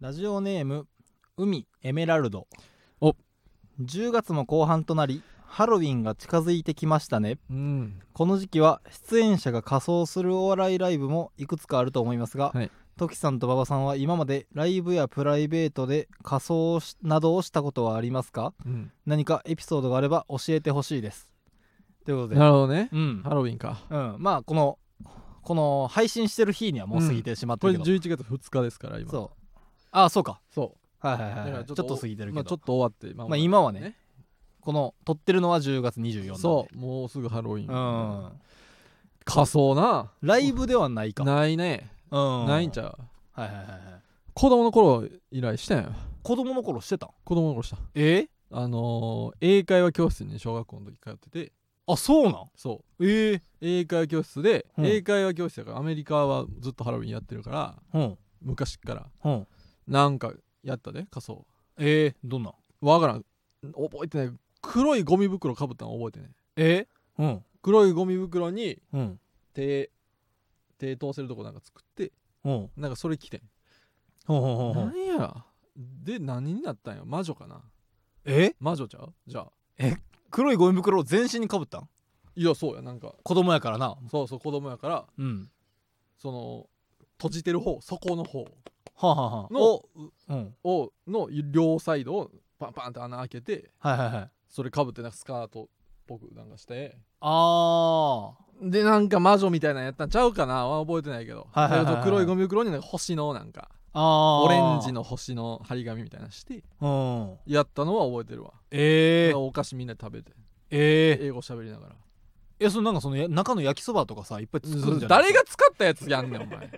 ラジオネーム海エメラルドお10月も後半となりハロウィンが近づいてきましたねうんこの時期は出演者が仮装するお笑いライブもいくつかあると思いますが、はいトキさんと馬場さんは今までライブやプライベートで仮装をしなどをしたことはありますかうん、何かエピソードがあれば教えてほしいですということでなるほどねうんハロウィンかうん、まあこのこの配信してる日にはもう過ぎてしまってこれるけど、 11月2日ですから今うそうああそうかそはいはいうはいはい、ちょっと過ぎてるけど、まあ、ちょっと終わってままあ今はねこの撮ってるのは10月24日そうもうすぐハロウィうン、ん仮装なライブではないかないね、うんないんちゃゃうはいはいはいはい子供の頃以来したんよ子供の頃してたん子供の頃したえあのー英会話教室に小学校の時通っててあそうなんそうええ英会話教室で、うん英会話教室だからアメリカはずっとハロウィンやってるからうん昔っからうんなんかやったで仮装ええどんなんわからん覚えてない黒いゴミ袋かぶったの覚えてないえうん黒いゴミ袋にうん手手通せるとこなんか作ってうんなんかそれ着てんほんほんほんほん何やで何になったんや魔女かなえ魔女ちゃうじゃあ黒いゴミ袋を全身にかぶったんいやそうやなんか子供やからなそうそう子供やからうんその閉じてる方底の方はあ、はあはあ、のうんをの両サイドをパンパンって穴開けてはいはいはいそれかぶってなんかスカートっぽくなんかしてあでなんか魔女みたいなのやったんちゃうかなは覚えてないけど、はいはいはいはいだけど黒いゴミ袋になんか星のなんかああオレンジのの星の張り紙みたいなのしてうんやったのは覚えてるわ、ええお菓子みんなで食べてええ英語喋りながらいやそのなんかそのや中の焼きそばとかさいっぱい作るんじゃない誰が使ったやつやんねん お前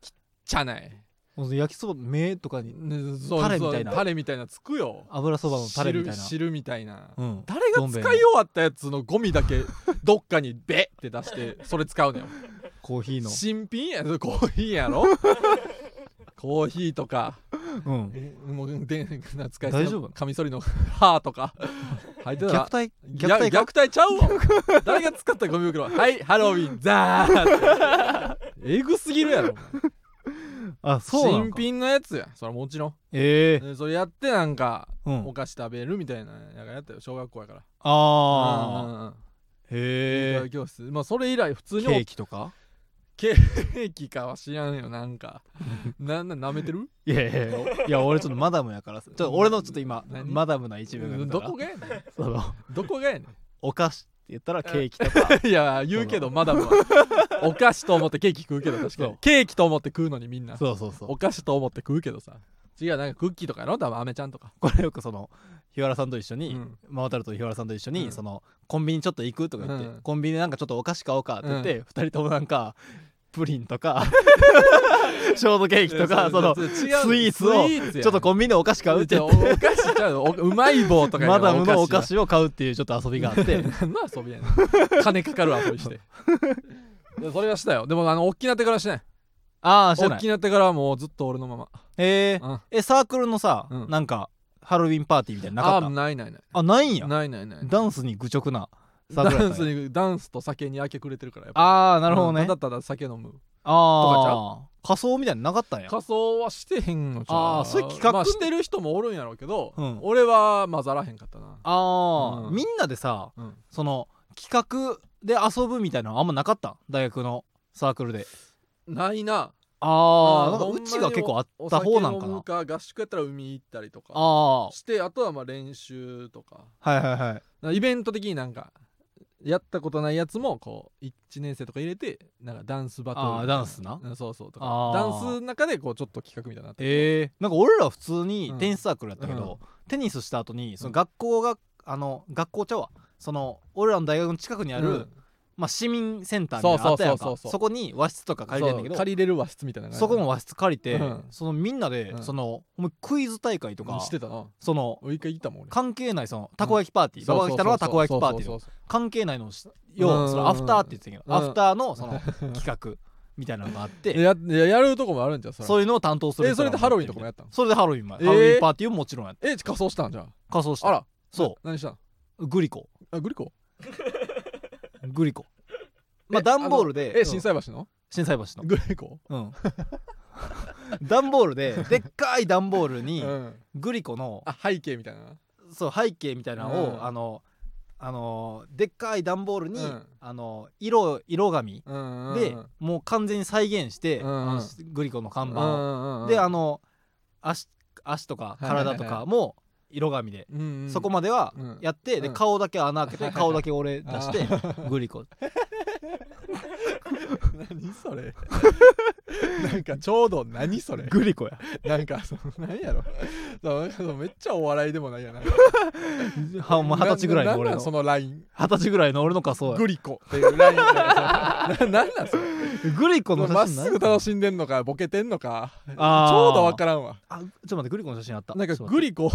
ちっちゃないもう焼きそばの目とかにねタレみたいなそうタレみたいなつくよ油そばのタレみたいな汁汁みたいな、うん誰が使い終わったやつのゴミだけどっかにベッて出してそれ使うのよコーヒーの新品やコーヒー やろコーヒーとかうんもうでな使い大丈夫カミソリの 歯 とか入ってたら虐待虐虐待虐か待ちゃうわ誰が使ったゴミ袋 はいハロウィンザーってえぐすぎるやろあそうなん新か品のやつやそれはもちろんええでそれやってなんかうんお菓子食べるみたいななんかやったよ小学校やからああうんうんうん英へ会話教室まあそれ以来普通えにケおーキとかケーキかは知らんよな んかなな舐めてるいやいやいやいや俺ちょっとマダムやからさ ちょっと俺のちょっと今何マダムな一面が出たどからこがやねんそのどこがやねお菓子って言ったらケーキとかんいや言うけどマダムはお菓子と思ってケーキ食うけど確かそにうケーキと思って食うのにみんなそうそうそうお菓子と思って食うけどさ違うなんかクッキーとかやろ多分アメちゃんとかこれよくその日原さんと一緒に、うんマワタルと日原さんと一緒に、うんそのコンビニちょっと行くとか言って、うんコンビニでなんかちょっとお菓子買おうかって言って、二人ともなん かプリンとかショートケーキとかその違うススイーツをイーツやちょっとコンビニでお菓子買うってじゃあ言っおおて菓子ちゃうのおうまい棒とかやマダムのお菓子子を買うっていうちょっと遊びがあって 何の遊びやねん金かかる遊びして でそれはしたよでもあの大きな手からしてないああしてな大いきな手からはもうずっと俺のままえーうんえサークルのさ、うんなんかハロウィンパーティーみたいなのなかあったないないないあないんやないないないダンスに愚直なサーダクルやンったスんやにダンスと酒に明け暮れてるからやっぱああなるほどね、うんただただ酒飲むとかちゃああ仮装みたいなのなかったんや仮装はしてへんのちゃあーそういう企画まあ、してる人もおるんやろうけど、うん俺は混ざらへんかったなああ、うんみんなでさうんその企画で遊ぶみたいなのあんまなかった大学のサークルでないなああうんなんかほんまうにちが結構あおった酒方飲なんかなむか合宿やったら海行ったりとあかあはしてあとはまあ練習とかいはいはいイベント的になんかやったことないやつもこう1年生とか入れてなんかダンスバトルみたいあーダンスなうんそうそうとかあダーンスの中でこうちょっと企画みたいになってえー、なんか俺らは普通にうんテニスサークルやったけど、テニスした後にその学校が、あの学校ちゃうわその俺らの大学の近くにある、うんまあ、市民センターみたいなのあったやんかそうそうそうそうそこに和室とか借りてんだけそうど借りれる和室みたいなのがそこも和室借りて、うんそのみんなで、うんそのお前クイズ大会とか、してたなその俺一回行ったもん俺関係ないそのたこ焼きパーティー、馬場が来たのはたこ焼きパーティーの関係ないのしよううんそのアフターって言ってたけどうアんフターのそ の企画みたいなのがあってーややるとこもあるんじゃんそれそういうのを担当するえそれでハロウィンとかもややったのそれでハロウィンもやえーハロウィンパーティーももちろんやってえ仮装したんじゃん仮装してあらそな何したのうグリコあグリコグリコまあえ段ボールあでのえうん心斎橋の心斎橋のグリコうん段ボール ででっかい段ボールにうんグリコのあ背景みたいなそう背景みたいなのを、うんあのあのでっかい段ボールに、うんあの色色紙うんうんうんで、もう完全に再現して、うんうんあのグリコの看板を、板であの足足とかはいはいはい体とかも色紙で、のそこまではうんやって、でうん顔だけ穴開けて、はいはいはい顔だけ俺出してグリコ 何それなんかちょうど何それグリコやなんか その何やろそうなんかそのめっちゃお笑いでもないやなはお前二十歳ぐらいなのなん俺なのんそ二のライン十歳ぐらいの俺の仮装やグリコっていうライン なんかそのななんなんそれグリコのまっ写す真ぐない楽しんでんのかボケてんのかちょうあーどわからんわあちょっと待ってグリコの写真あったなんかちょっとグ待リコ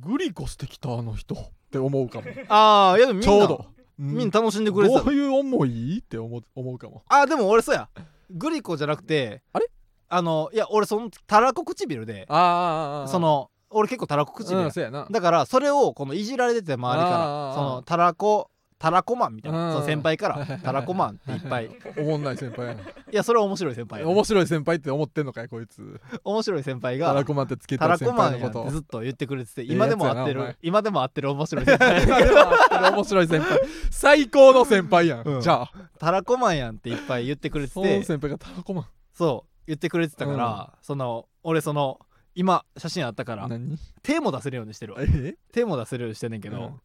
グリコしてきたあの人って思 うかもってああいやでもみちんょなうどみんなな楽しんでくれてたどういう思いって思う思うかもあでも俺そうやグリコじゃなくてあれあのいや俺そのたらこ唇であその俺結構たらこ唇うやんそうやなだからそれをこのいじられてて周りかあーらそのたらこたらこマンみたいうんなその先輩からたらこマンっていっぱいいおもんない先輩やなやそれは面白い先輩面白い先輩って思ってんのかいこいつ面白い先輩タがラコマンってつけたたら先こマ輩ンやのんこってとずっと言ってくれててええ今でもやつやな合っておる前今でも合ってる面白い先輩 面白い先輩最高の先輩やん、うんじゃあたらこマンやんっていっぱい言ってくれてそのて先輩がタラコマそう言ってくれてたからその俺その今写真あったからン 何手も出せるようにしてるわえ手も出せるようにしてんねんけうどん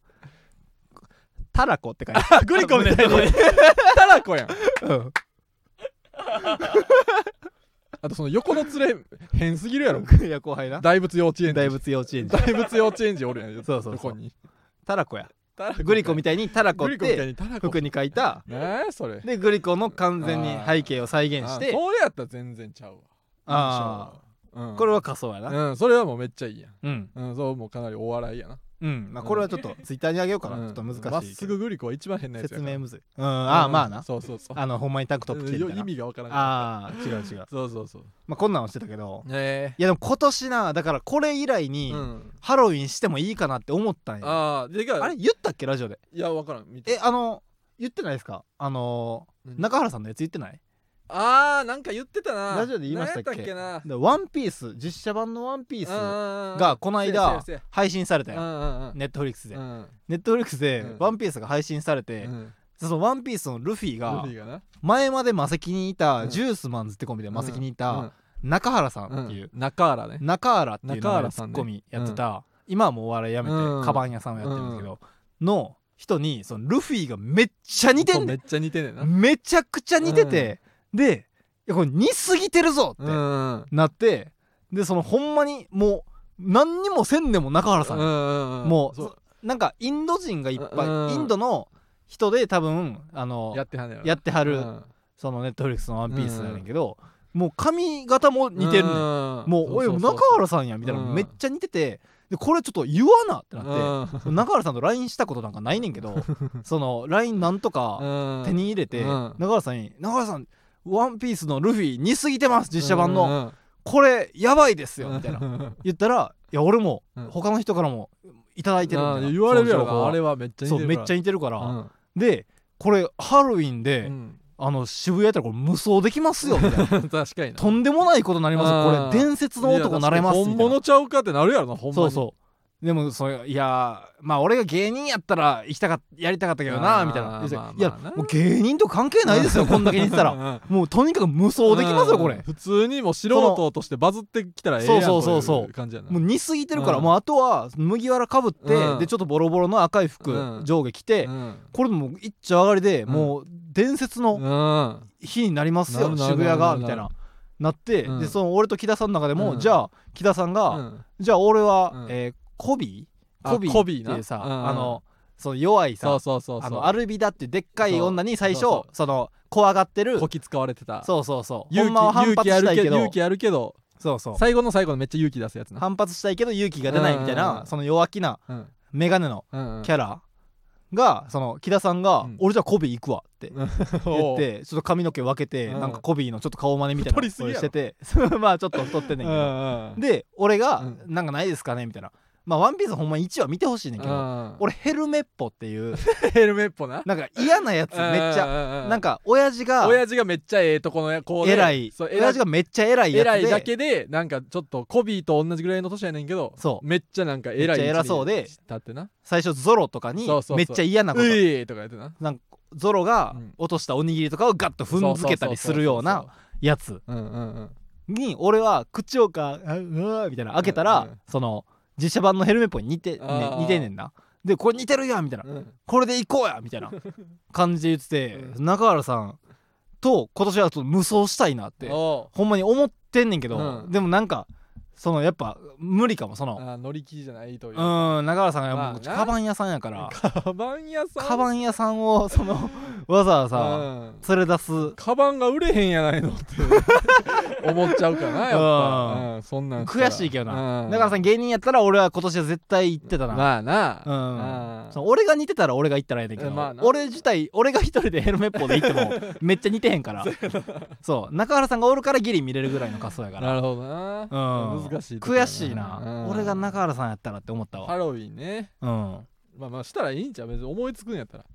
「たらこ」って書いてあ グリコみたい なタラコやんあるあとその横の連れ変すぎるやろうんいや後 輩な大仏幼稚園児大仏幼稚園児大仏幼稚園児おるやんそうそうそう横にたらこやタラグリコみたたいにたらこグっリコみたいてにタラコ服に書いたなあそれでグリコの完全に背景を再現しあてそれやったら全然ちゃうわあ印象はうんあこれは仮想やなうんそれはもうめっちゃいいやんうんうんそうもうかなりお笑いやなうんまあこれはちょっとツイッターにあげようかなうんちょっと難しいけどまっすぐグリコは一番変なやつや説から明むずいうんああまあなそうそうそうあのほんまにタンクトップ着てるよみた意いな味がわからないああ違う違うそうそうそうまあこんなんはしてたけどねいやでも今年なだからこれ以来えにうんハロウィンしてもいいかなって思ったんやああでかあれ言ったっけラジオでいやわからん見てえあの言ってないですかあの何中原さんのやつ言ってないあーなんか言ってたなラジオで言いましたっけ何やったっけでなワンピース実写版のワンピースががこの間配信されたうんうよんうんネットフリックスでうんネットフリックスでうんワンピースが配信されてうんそのワンピースのルフィがルフィがな前までマセキにいうたんジュースマンズってコンビでマセキにいうんた中原さうんんっていう中原ね中原っていう名中前原のツさんッねコミやってた今はもうお笑いやめてうんカバン屋さんをやってるんですけどの人にそのルフィがめっちゃ似てそうんめねっちゃ似てんねんなうんめちゃくちゃ似ててでいやこれ似すぎてるぞってんうんなってでそのほんまにもう何にもせんでも中原さん、うんもうそなんかインド人がいっぱい、うんインドの人で多分あのやってはんねややってはる、うんそのネットフリックスの「ワンピースやねんけど、もう髪型も似てるねんんもうそおいそそ中原さんや」みたいな、うんめっちゃ似ててでこれちょっと言わなってなって、中原さんと LINE したことなんかないねんけ どその LINE なんとか、うん手に入れて、うん中原さんに「中原さんワンピースのルフィ似すぎてます実写版の、のこれやばいですよ」みたいなな言ったら「いや俺もうん他の人からもいただいてる」みたいな言われるやその情報ろはあれはめっちゃ似そてうるめっちゃゃ似てるから、でこれハロウィンで、あの渋谷やったらこれ無双できますよみ たいな 確かになとんでもないことになりますようんこれ伝説の男なれますみたい本な物ちゃうかってなるやろなほんまそうそうでもそれいやーまあ俺が芸人やったら行きたかっやりたかったけどあなーみたいなまあいやまあいやまあなもう芸人と関係ないですよこんだけ似てたららもうとにかく無双できますよこれ普通にもう素人としてバズってきたらええやそうんそうそうそうとい感じやなもう似すぎてるから、うんもうあとは麦わらかぶって、うんでちょっとボロボロの赤い服、うん上下着て、うんこれでもう一丁上がりで、うんもう伝説うのん日になりますよ、なるなる渋谷がなるなるみたいななって、うんでその俺と木田さんの中でも、うんじゃあ木田さんが、うんじゃあ俺は、うんえーコビーあコビコビーーなっていうさ、うんあのその弱いそさうそうそうそあうのアルビダっていうでっかい女に最初そうそその怖がってるこき使われてたそうそうそうほ勇ん気まは反勇発気あしたるいけけどど勇気あるけどそうそう最後の最後のめっちゃ勇気出すやつな反発したいけど勇気が出ないみたいな、うんその弱気なうんメガネのうんうんキャラがその木田さんが「うん俺じゃあコビー行くわ」って言おっうてちょっと髪の毛分けてうんなんかコビーのちょっと顔真似みたいな太りすぎや ろしててまあちょっと太ってんねんけどでで俺がう「なんかないですかね?」みたいな「まあ「ワンピースほんま1話見てほしいねんけどあ俺ヘルメッポっていうヘルメッポななんか嫌なやつめっちゃゃなんか親父が親父がめっちゃええとこの子で偉いそう偉親父がめっちゃ偉いやつで偉いだけでなんかちょっとコビーと同じぐらいの年やねんけどそうめっちゃなんか偉いめっちゃ偉そうでだってな最初ゾロとかにそうそうそうめっちゃ嫌「なうことえーとか言ってななんかゾロがうん落としたおにぎりとかをガッと踏んづけたりするようなやつそうそうそうそううんうんうんに俺は口をかあうわーみたいな開けたら、うんうんその実写版のヘルメットに似て、ねあ、ー似てんねんなでこれ似てるやんみたいなうんこれで行こうやみたい な感じで言ってて、う中原さんと今年はちょっと無双したいなっておうほんまに思ってんねんけど、うんでもなんかそのやっぱ無理かもそのあ乗り気じゃないといううかん中原さんがもうまあなカバン屋さんやからカバン屋さんカバン屋さんをそのわざわざうん連れ出すカバンが売れへんやないのって 思っちゃうかなやっうぱうんそんなんしたら悔しいけどなうん中原さん芸人やったら俺は今年は絶対行ってたなまあなうんうんその俺が似てたら俺が行ったらええねんけど、まあな俺自体俺が一人でヘルメットで行っても めっちゃ似てへんからそう中原さんがおるからギリ見れるぐらいの仮想やからなるほどなうん難しいとこや悔しいな、うん俺が中原さんやったらって思ったハわロウィンねうんまあまあしたらいいんちゃう別に思いつくんやったら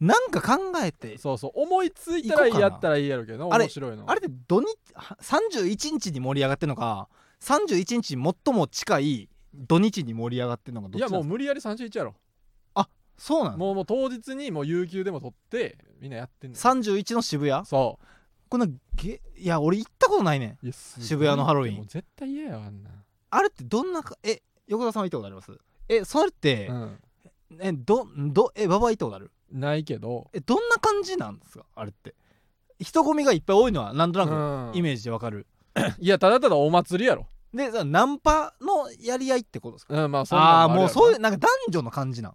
なんか考えてそうそう思いついたら行こうかなやったらいいやろうけどなあれ面白いのあれって土日は31日に盛り上がってんのか31日に最も近い土日に盛り上がってんのかどっちいなやんですかもう無理やり31やろそうなのもうもう当日にもう有給でも取ってみんなやってんの31の渋谷そこんなげいや俺行ったことないねんういやすごい渋谷のハロウィンもう絶対嫌やわあんなあれってどんなかえ横田さんは行ったことありますえそれって、うんえどどえ馬場行ったことあるないけどえどんな感じなんですかあれって人混みがいっぱい多いのはなんとなくうんイメージでわかる、いやただただお祭りやろでさナンパのやり合いってことですかうんまあそんなんああーるやろもうそういうなんか男女の感じなん、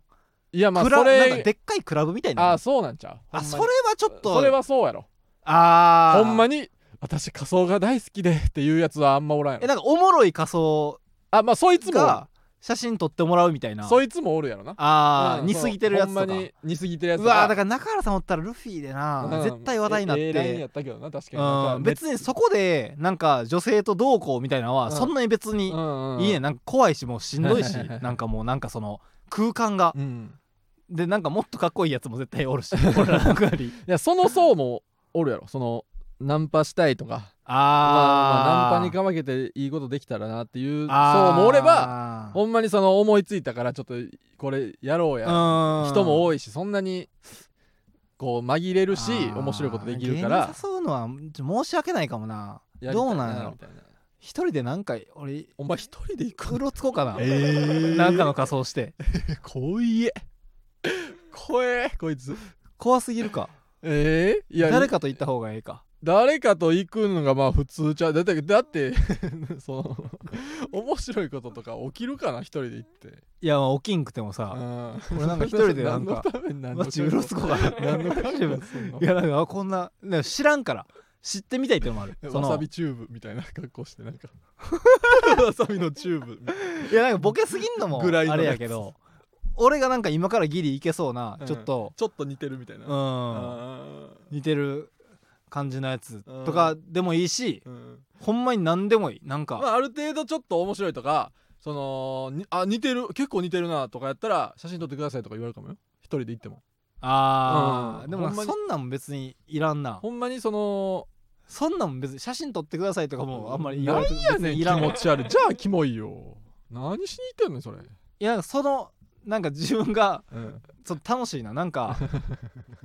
いやまあクラそなんかれでっかいクラブみたいなあああそうなんちゃうほんまにそれはちょっとそれはそうやろあほんまにに私仮装が大好きでっていうやつはあんまおらんやえろなんかおもろい仮装あまあそいつもおるが写真撮ってもらうみたいなそいつもおるやろなああ、うん似すぎてるやつほとんかまに似すぎてるやつうとわーだから中原さんおったらルフィでな、うん絶対話題になって、ええラインやったけどな確かになうんん、か別にそこでなんか女性とどうこうみたいなのうはんそんなに別にうんうんいいねなんか怖いしもうしんどいし なんかもうなんかその空間がうんでなんかもっとかっこいいやつも絶対おる し俺らの中よりいやその層もおるやろそのナンパしたいとかまあまああーナンパにかまけていいことできたらなっていうあ層もおればうほんまにその思いついたからちょっとこれやろうやんい人も多いしそんなにこう紛れるし面白いことできるか芸ら人誘うのはちょ申し訳ないかもなやりたいどうなんやろみたいな一人でなんか俺お前一人で行くうろつこうかな、え ーなんかの仮装して怖え怖えこいつ怖すぎるかええいや誰かと行った方がええか誰かと行くのがまあ普通ちゃうだってだって その面白いこととか起きるかな一人で行っていやまあ起きんくてもさ、うん俺なんか一人でなんか何のために何のマジうろつこうかな何の会話すんのいやなんかあこんななんか知らんから知ってみたいってのもあるそわさのびチューブみたいな格好してなん かわさびのチューブみたいいやなんかボケすぎんのもぐらいのあれやけど俺がなんか今からギリいけそうななちょっとうんちょっと似てるみたいなうんあ似てる感じのやつとかでもいいしーうんほんまに何でもいいなんまかあある程度ちょっと面白いとかそのにあ似てる結構似てるなとかやったら写真撮ってくださいとか言われるかもよ一人で行ってもあうーんでもなんかほんまそにんなん別にいらんなほんまにそのそんなん別に写真撮ってくださいとかもあんまり言なわんれてやねん別に気いらんわ持いち悪いじゃあキモいよ何しに行ってんのそれ、やなんかそのなんか自分がその楽しいななん か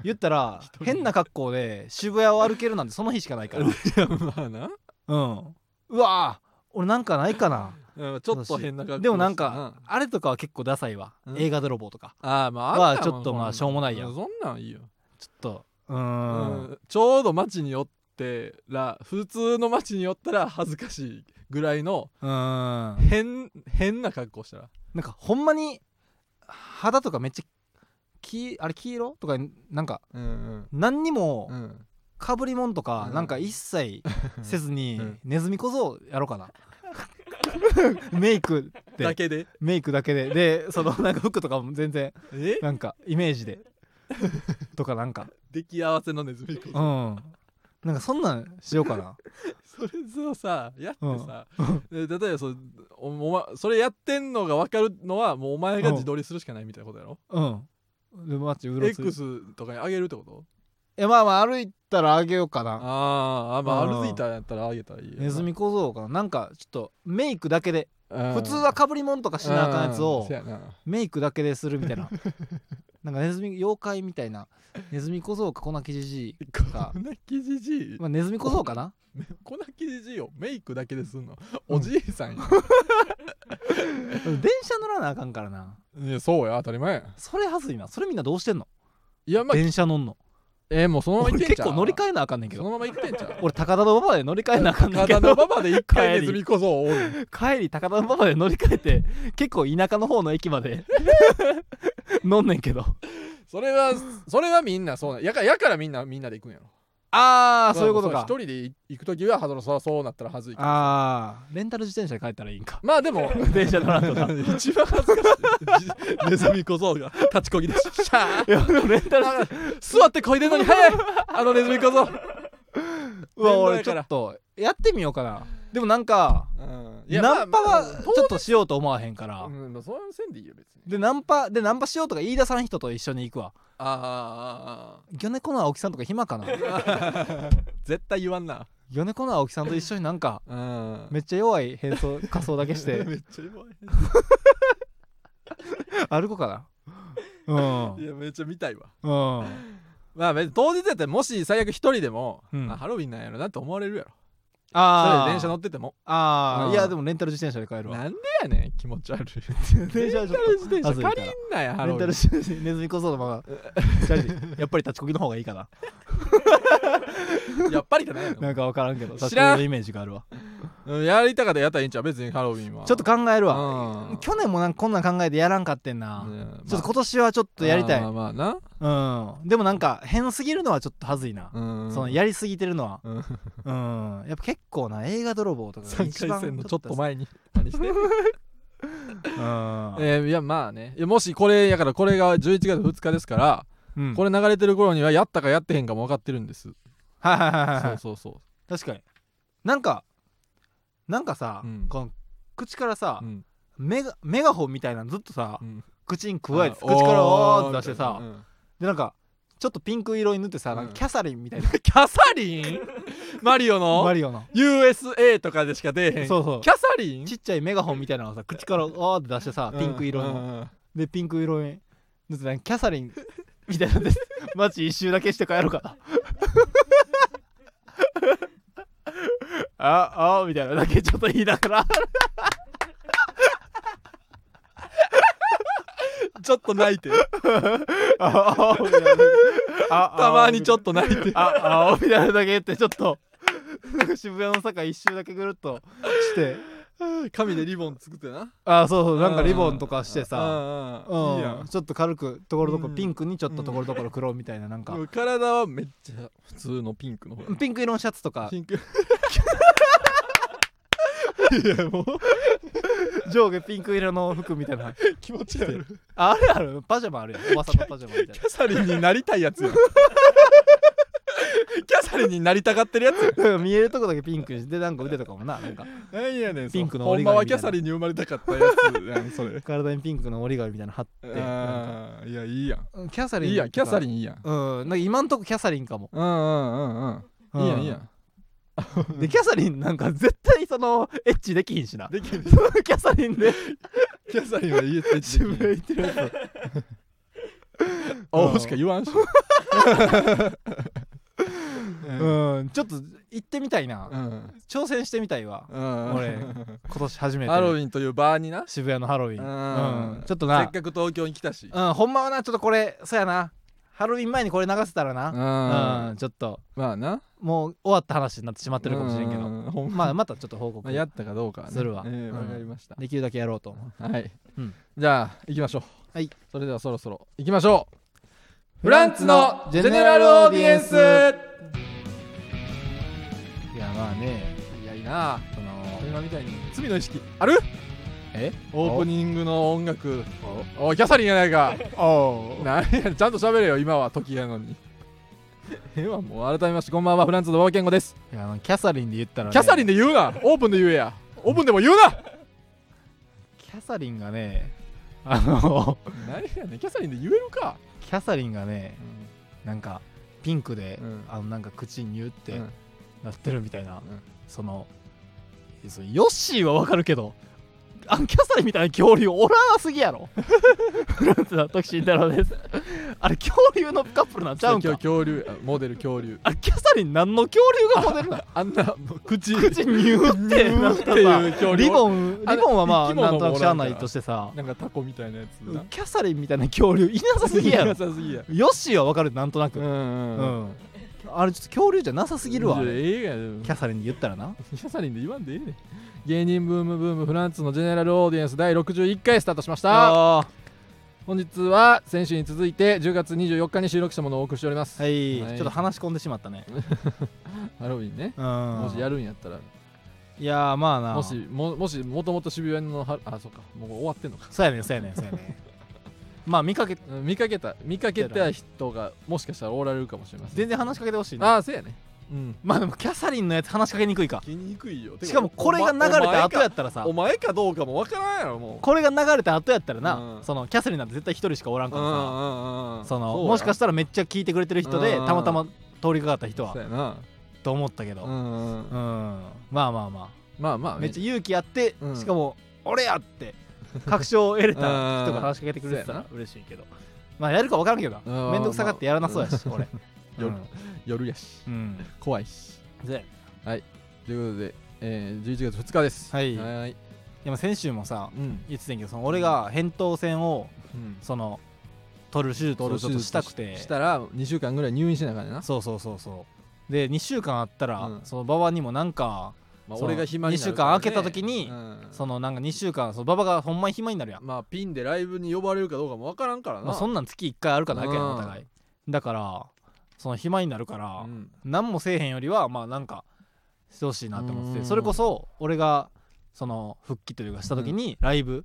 言ったら人変な格好で渋谷を歩けるなんてその日しかないからいや まあなうんうわー俺なんかないかなうん ちょっと変な格好でもなんかあれとかは結構ダサいわ、うん映画泥棒とかああまあはあんなんちょっとまあしょうもないやんそんなんいいよ、ちょっとうーうんんちょうど街によってら普通の街によったら恥ずかしいぐらいのうーんな変変な格好したらんかほんまに肌とかめっちゃきあれ黄色とかなんかうん何にもんかぶりもんとかうんなんか一 切せずにうんネズミ小僧やろうか なメイクだでけでメイクだけででそのなんか服とかも全然えなんかイメージでとかなんか 出来合わせのネズミ子うんなんかそんなんしようかなそれをさやってさ、で例えばそうおお、ま、それやってんのが分かるのはもうお前が自撮りするしかないみたいなことやろ、うんでマッチうろつい X とかにあげるってことえまあまあ歩いたらあげようかなあーあまあうん歩いたらやったらあげたらいいよなネズミ小僧かななんかちょっとメイクだけでうん普通はかぶり物とかしなあかんやつうをせやなメイクだけでするみた いななんかネズミ妖怪みたいなネズミ小僧か粉木じじいか粉木じじいまあネズミ小僧か な粉木じじいをメイクだけですんのおじいさ んや、電車乗らなあかんからないやそうや当たり前やそれはずいなそれみんなどうしてんのいやまあ電車乗んのえーもうそのまま行っ俺てん結ちゃう構乗り換えなあかんねんけそどのまま行ってんちゃう俺高田の馬場で乗り換え なあかんねんけ体のどババで一回帰りネズミ小僧おる帰り高田馬場で乗り換えて結構田舎の方の駅ま で乗んねんけどそれはそれはみんなそうなやかやからみんなみんなで行くんやろああそういうことか一人で行く時はハドロそうそうなったらはずいけどああレンタル自転車で帰ったらいいん かまあでも電車乗らんと な一番恥ずかしいネズミ小僧が立ちこぎでシ ャいーやでもレンタル自あ座ってこいでんのに早いあのネズミ小う僧わ電動俺やちかょらっとやってみようかなでもなんかうんいやまナあンパはとちょっとしようと思わへんからうんまあその線でいいよ別にでナンパでナンパしようとか言い出さん人と一緒に行くわあ魚猫の青木さんとか暇 かなあああ絶対言わんな魚猫の青木さんと一緒になんかうんめっちゃ弱い変装仮装だけし てめっちゃ弱い歩こうかなうんいやめっちゃ見たいわうんまあ別に当日やったらもし最悪一人でも、うんあハロウィンなんやろなって思われるやろそあれあで電車乗っててもああ、うんいやでもレンタル自転車で帰るわなんでやねん気持ち悪い電車はレンちょタっル自転車恥ずいから借りんなやとハレンロウィタンル自転車ネズミ小僧のま まチャリやっぱり立ちこぎの方がいいかなやっぱりじゃないなんのか分からんけど立ちこ知ぎらんのイメージがあるわうんやりたかったらやったらいいんちゃう別にハロウィンはちょっと考えるわうん去年もなんかこんなん考えてやらんかってんな、ねまあちょっと今年はちょっとやりたい、まあまあなうんでもなんか変すぎるのはちょっとはずいな、うんそのやりすぎてるのはうんうんやっぱ結構な映画泥棒とかが三一回番戦のちょっと前に何してんの うん、えーいやまあねいやもしこれやからこれが11月2日ですかうら、んこれ流れてる頃にはやったかやってへんかも分かってるんです、はいはいはいはいそうそうそ確かになんかなんかさ、うんこの口からさう、、うんメガメガホンみたいなのずっとさ、うん口に加えて口あからおおーって出してさ、みたいなうんでなんかちょっとピンク色に塗ってさ、なんかうんキャサリンみたいなキャサリンマリオマのリオの USA とかでしか出えへ んそうそうキャサリンちっちゃいメガホンみたいなのをさ口からおーって出してさうんピンク色の、うんうんでピンク色に塗ってなんかキャサリンみたいなん です街一周だけして帰ろうかな ああみたいなだけちょっと言いながらちょっと泣いてああみたいなあたまにちょとっと泣いてああみたいなだけ言ってちょっとなんか 渋谷の坂一周だけぐるっとして紙でリボン作ってなああそうそうなんかリボンとかしてささうんいいやんちょっと軽くところどこうろんピンクにちょっとところどころ黒みたいななんか体はめっちゃ普通のピンクの方やピンク色のシャツとかピンクいやもう上下ピンク色の服みたいな気持ち悪いああるあるパジャマあるやんおばさんのパジャマみたいキャサリンになりたいや つやんキャサリンになりたがってるやつなやんなんか見えるとこだけピンクにしてなんか腕とかもななんかなんやねんピンクのほん折り紙まはみキたいなャサリンに生まれたかったやつやんそ れ体にピンクの折り紙みたいなの貼ってなんかあーいやいいやんうんキャサリンいいやんキャサリンンいいやんうんなんか今んとこキャサリンかもうんうんうんうんいいやんいいやうんんでキャサリンなんか絶対そのエッチできひんしなできるキャサリンでキャサリンはいいやつ 自分で言ってるやつあおしか言わんしうんうんちょっと行ってみたいなうん挑戦してみたいわうん俺今年初めハロウてィンというバーになせ渋谷のハロウィンううんんちょっとっなかく東京に来たしうんほんまはなちょっとこれそうやなハロウィン前にこれ流せたらうんなうまんちょっとあなもう終わった話になってしまってるかもしれんけどどほんままあまたちょっと報告やったかどうかはねするわええうんわかりましたできるだけやろうと思うはいうんじゃあ行きましょうはいそれではそろそろ行きましょうフランツのジェネラルオーディエンスいやまあねいやいいなその今みたいに罪の意識あるえオープニングの音楽おいキャサリンやないかおおなんやちゃんと喋れよ今は時やのにええわもう改めましてこんばんはフランツの馬場健吾ですいやあのキャサリンで言ったら、ね、キャサリンで言うなオープンで言えやオープンでも言うなキャサリンがねあの何やねんキャサリンで言えるか、キャサリンがねなんかピンクで、うんあのなんか口にュってうんなってるみたいな、んそのそのヨッシーはわかるけどあのキャサリンみたいな恐竜おらなすぎやろフランスの徳慎太郎ですあれ恐竜のカップルなんちゃうん今か日恐竜あモデル恐竜あれキャサリン何の恐竜がモデルなのあんなもう口口にューってなったニューっていう恐さ竜リボンあれリボンはまあ生きな物もんとなくおらんしゃあないとしてさなんかタコみたいなやつなキャサリンみたいな恐竜いなさすぎやろなさすぎやヨッシーはわかるなんとなうくんうん、うんうんあれちょっと恐竜じゃなさすぎるわあいやれええやんキャサリンに言ったらなキャサリンで言わんでええねん芸人ブームブームフランツのジェネラルオーディエンス第61回スタートしましたあ本日は先週に続いて10月24日に収録したものをお送りしております、はい、はいちょっと話し込んでしまったね。ハロウィンねうん、もしやるんやったらいやーまあな。もしももしもともと渋谷のはあそうかもう終わってんのかそうやねんそうやねんそうやねん。 まあ見かけうん見かけた見かけた人がもしかしたらおられるかもしれません全然話しかけてほしいな。ああそうやねうんまあでもキャサリンのやつ話しかけにくいか。気にくいよしかもこれが流れた後やったらさお、前かどうかもわからんやろもこれが流れた後やったらな、うんそのキャサリンなんて絶対一人しかおらんうからさ、んそのもしかししたらめっちゃ聞いてくれてる人でうんたまたま通りかかった人はそうやなと思ったけど、ううん、んうんまあまあままあまあ、あめっちゃ勇気あって、うんしかも俺やって確証を得れた人が話しかけてくれてたうらん嬉しいけど。まあやるか分からんけどうんなめんどくさがってやらなそうや し俺夜夜やしうん怖いしでということで、えー、11月2日ですはいはいでも先週もさうん言ってたんやけどその俺が扁桃腺をうんその取る手術をちょっとしたくてしたら2週間ぐらい入院しなあかんねんな、そうそうそうそうで2週間あったら、うんその馬場にもなんかまあ、そう俺が暇になる二週間空けた時にうんそのなんか2週間その馬場がほんまに暇になるやん、まあピンでライブに呼ばれるかどうかもわからんからな、まあ、そんなん月1回あるかないかやんうんお互いだからその暇になるから、うん何もせえへんよりはまあなんかしてほしいなと思ってうんてそれこそ俺がその復帰というかした時にライブ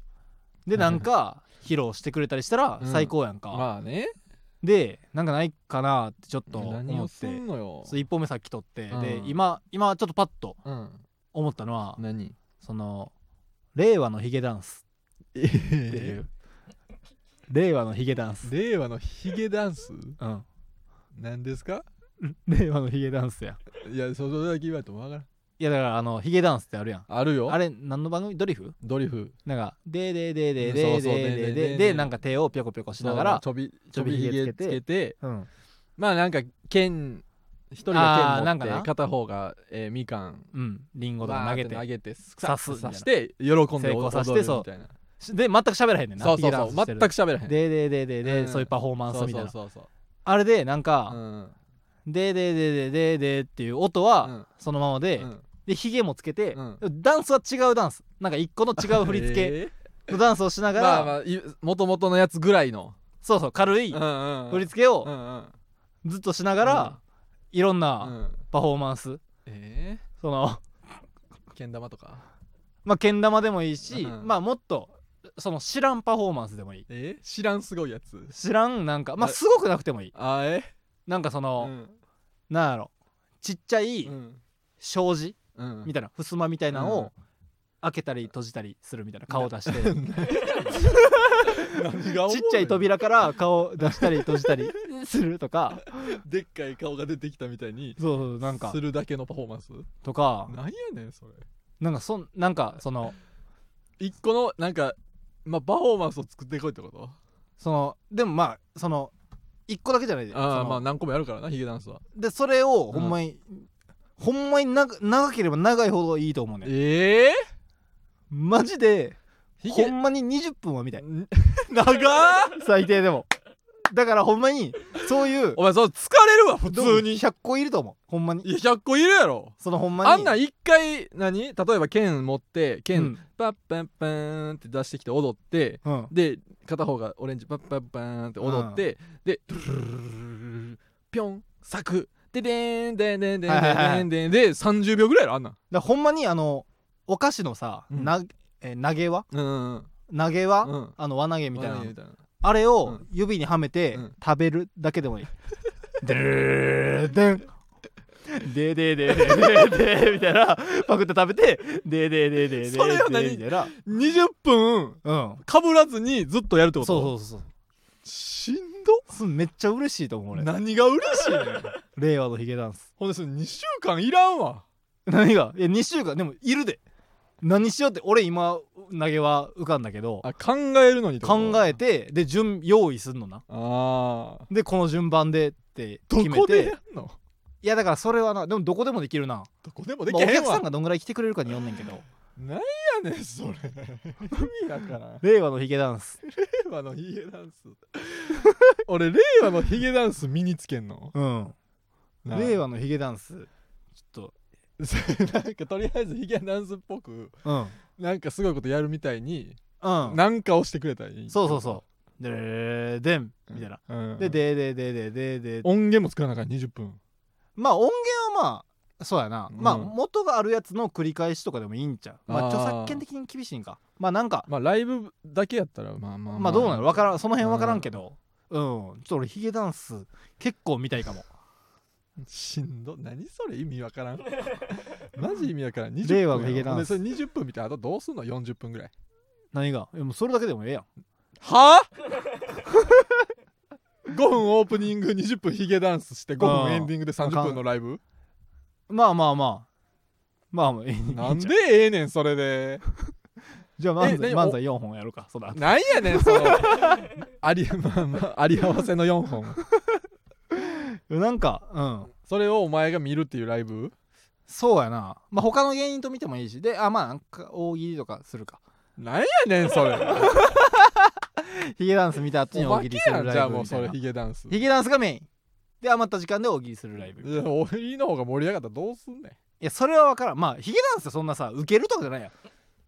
でなんか披露してくれたりしたらうん最高やんか、まあねでなんかないかなってちょっと何思をっすてんのよそう1本目さっき撮って、うんで今今ちょっとパッとうん思ったのは、何その「令和のヒゲダンス」えっていう「令和のヒゲダンス」 令和のヒゲダンスうん何ですか「令和のヒゲダンス」やいやそれだけ言われてもわからんいやだからあのヒゲダンスってあるやんあるよあれ何の番組ドリフドリフなんか「でででででそでうそうでででででで」でなんか手をぴょこぴょこしながらちょびちちょょびびひひげげつつけけててうんまあなんか剣一人があー剣な持っんかてな片方が、えーみかんうんリンゴとか投げてバーッ投げて刺すみたいな刺して喜んで踊成功させてるみたいなしで全く喋らへんねんなそうヒそゲダうそンスう全しくてる喋らへんでででででうんそういうパフォーマンスみたいなそうそうそうあれでなんそううかん「でででででで」っていう音はうんそのままでうんでヒゲもつけてうんダンスは違うダンスなんか一個の違う振り付けえーのダンスをしながまあまらあもともとのやつぐらいのそうそう軽いうんうんうん振り付けうをんうんずっとしながらいろんうなんパフォーマンスえそのーけん玉とかまあけん玉でもいいしうんまあもっとその知らんパフォーマンスでもいいえー知らんすごいやつ知らんなんかまああすごくなくてもいいあーえなんかそーうのんなんやろちっちゃいうん障子うんみたいな襖みたいなのうんを開けたり閉じたりするみたいな顔出 して何がおもろちいっちゃい扉から顔出したり閉じたりするとか でっかい顔が出てきたみたいにそうそうなんかするだけのパフォーマンスとかなんやねんそれなんかそんなんかその一個のなんかまあパフォーマンスを作ってこいってことそのでもまあその一個だけじゃないでああまそあの何個もやるからなヒゲダンスはでそれをほんまに、ほんまに長長ければ長いほどいいと思うねええマジでヒほゲんまに20分はみたい 長っ最低でもだからほんまにそういうお前そう疲れるわ普でも通に100個いると思うほんまにいや100個いるやろそのほんまにあんなん一回何例えば剣持ってう剣んパッパンパーンって出してきて踊ってうんで片方がオレンジパッパッパーンって踊って、でドゥルルルルルルピョンサクででーんでんでんでんでんでんでんで30秒ぐらいやろあんなんだからほんまにあのお菓子のさ、うんなえー投げ輪うんうん投げ輪、うんあの輪投げみみたたいいななあれうをん指にはめてうん 食べるだけでもいい、でるーでんででででででみたいなパクって食べてでででででそれは何でみたいな20分うんかぶらずにずっとやるってそうことそうそうしんどそうめっちゃ嬉しいと思う俺何が嬉しいねん 令和のヒゲダンスほんでその2週間いらんわ何がいや2週間でもいるで何しようって俺今投げは浮かんだけどあ考えるのにってこと考えてで順用意すんのなああでこの順番でってど決めこでてやんのいやだからそれはなでもどこでもできるなどこでもでまきあへおん客さわ、んがどんぐらい来てくれるかによんねんけどなんやねんそれ 意味だから令和のヒゲダンス令和のヒゲダンス俺令和のヒゲダンス身につけんのうんなあ令和のヒゲダンスちょっ なんかとりあえずヒゲダンスっぽくとうんなんかすごいことやるみたいに、うんなんかをしてくれたらいいそうそうそうでーでんうんみたいな、うんででででででで音源も作らなあかん20分まあ音源はまあそうやな、うんまあ元があるやつの繰り返しとかでもいいんちゃうまああー著作権的に厳しいんかまあなんかまあライブだけやったらまあまあまあどうなのわからんその辺わからうんんけどうん、ちょっと俺ヒゲダンス結構見たいかもしんど何それ意味わ からんマジ意味わからん20分令和のヒゲダンスでそれ20分見てあとどうすんの40分ぐらい何がいやもうそれだけでもええやんは あ5分オープニング20分ヒゲダンスして5あ分ーエンディングで30分のライブまあまあまあまあまあええんちゃうなんでええねんそれで じゃあ漫え才何漫才4本やるかそらなんやねんそのあり,、 まあまあ、あり合わせの4本なんかうんそれをお前が見るっていうライブそうやなまあ他の芸人と見てもいいしであまあなんか大喜利とかするかなんやねんそれヒゲダンス見た後にお大化喜け利すやるんライじゃあブもうみたそいれなヒゲダンスヒゲダンスがメインで余った時間で大喜利するライブいや俺の方が盛り上がったらどうすんねんいやそれは分からんまあヒゲダンスってそんなさ受けるとかじゃないやんい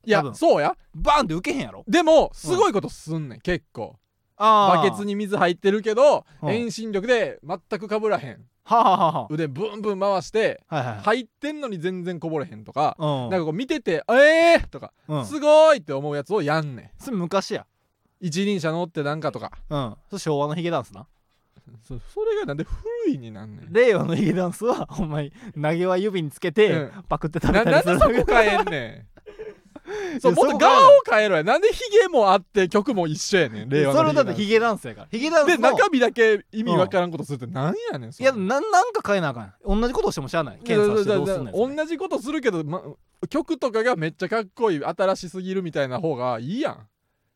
多や分そうやバーンって受けへんやろでもすごいことすんねん結構あバケツにに水入ってるけどうん遠心力で全くかぶらへんはあはあは腕ブンブン回してあはいはいはい入ってんのに全然こぼれへんとかうんなんかこう見てて「えー!」とかう「んすごい!」って思うやつをやんねそれ昔やん一輪車乗ってなんかとかうんそれ昭和のヒゲダンスなそそれがなんで古いになんねん令和のヒゲダンスは ほんまに投げは指につけて、うパクって食べなたなりんするでそこ変えんねんそ ういやもっそこ変えないと側を変えろやなんでヒゲもあって曲も一緒やねん令和のそれだっヒゲダてンスヒゲダンスやからヒゲダンスでの中身だけ意味わからんことするってなんやねんそいれやなんなんか変えなあかん同じことをしてもしゃあない検査してどうすんのよそれ同じことするけど、ま、曲とかがめっちゃかっこいい新しすぎるみたいな方がいいやん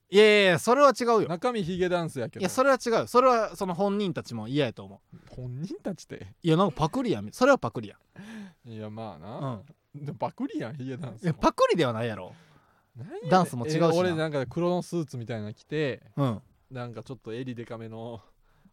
いやいやいやそれは違うよ中身ヒゲダンスやけどいやそれは違うよそれはその本人たちも嫌やと思う本人たちっていやなんかパクリやんそれはパクリやいやまあな、うんでもパクリやんヒゲダンスいやパクリではないやろなんやねんダンスも違うしなえ俺なんか黒のスーツみたいなの着てうんなんかちょっと襟でかめの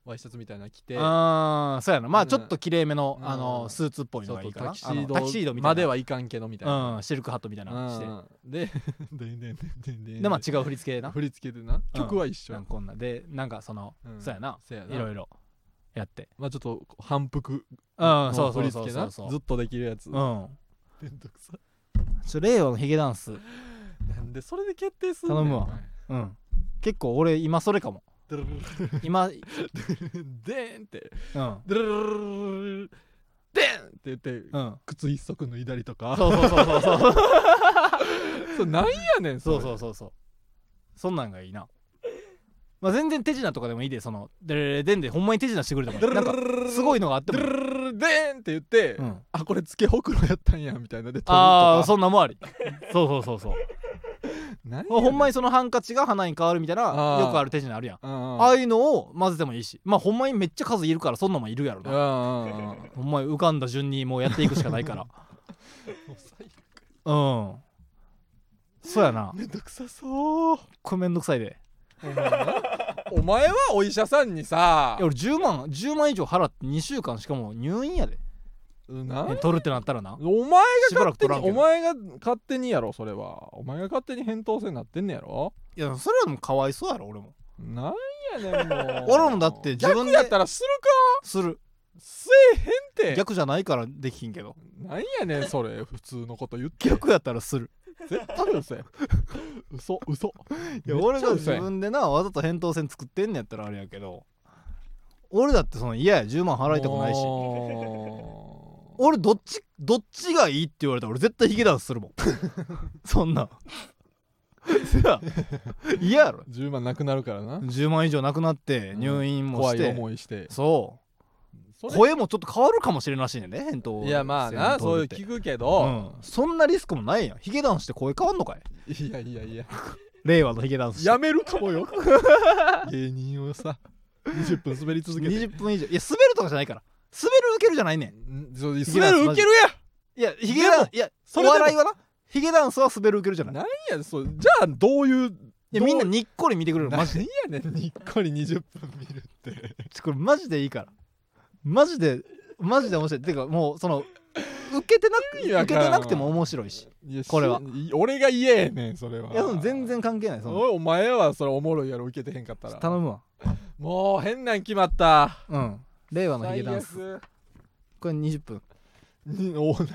ワイシャツみたいなの着てあーそうやなまあうんちょっときれいめのうんあのスーツっぽいちのょっがいといかなタキシあーのドタキシードみたいまでなはいかんけどみたいな、うんシルクハットみたいなのしてうんででんでんでんでんでんでまあ違う振り付けでな振り付けでな曲は一緒なやんかこんなでなんかそのんそうやなそうやないろいろやってまあちょっと反復うんのそうそ振うりそ付うけそなうずそうっとできるやつうめんんどくさちょ令和のヒゲダンスなんでそれで決定すんねん頼むわお前うん結構俺今それかもドゥルルル今ルルでーんってうんドゥルルルルルルでーんって言ってうん靴一足脱いだりとかそうそうそうそうそうそうなんやねんそうれそうそうそうそんなんがいいなまあ全然手品とかでもいいでそのでれれでんでほんまに手品してくれてもドゥなルんルかルルルルすごいのがあってドもゥいいルルルルルでーんって言ってうんあこれつけほくろやったんやみたいなでああうそんなんも ありそうそうそうそう何ほんまににそのハンカチが花に変わるみたいなあーよくある手品あるやんあああいうのを混ぜてもいいしまあほんまにめっちゃ数いるからそんなんもいるやろあなほんまに浮かんだ順にもうやっていくしかないから うんそうやなめんどくさそうこれめんどくさいでお前なお前はお医者さんにさいや俺10万10万以上払って2週間しかも入院やでなね取るってなったらなお前しばがら勝く手取らにんけおど前が勝手にやろそれはお前が勝手に扁桃腺なってんねやろいやそれはもうかわいそうやろ俺もなんやねんもう俺もだって自分で逆やったらするかするせえへんって逆じゃないからできひんけどなんやねんそれ 普通のこと言って逆やったらする絶対嘘や 嘘嘘いや俺がめっち自ゃ嘘やん分でなわざと扁桃腺作ってんねやったらあれやけど俺だってその嫌や10万払いたくないしお俺どっちどっちがいいって言われたら俺絶対ヒゲダンスするもん そんなんそや嫌やろ10万なくなるからな10万以上なくなって入院も怖して、い思いしてそそうれ声もちょっと変わるかもしれないしいねんね返答いやまあなそういう聞くけど、うん、そんなリスクもないやんヒゲダンスして声変わんのかいいやい やいや令和のヒゲダンスしてやめるかもよ 芸人をさ20分滑り続けて20分以上いや滑るとかじゃないから滑る受けるじゃないねんんそう滑ヒゲダンスるウケるいやヒゲダンでもいやそおれでも笑いはなヒゲダンスは滑る受けるじゃやないなんやそうじゃあどういいうやみんなにっこり見てくれるマジで何やねんにっこり20分見るってちょこれマジでいいからマジでマジで面白いてかもうその受けてなく意味受わけてからんわなくても面白いしいやこれはし俺が言えねんそれはいやその全然関係ないそのおいお前はそれおもろいやろ受けてへんかったら頼むわもう変なん決まったうん令和のヒゲ最ダンス悪これ20分に おなんか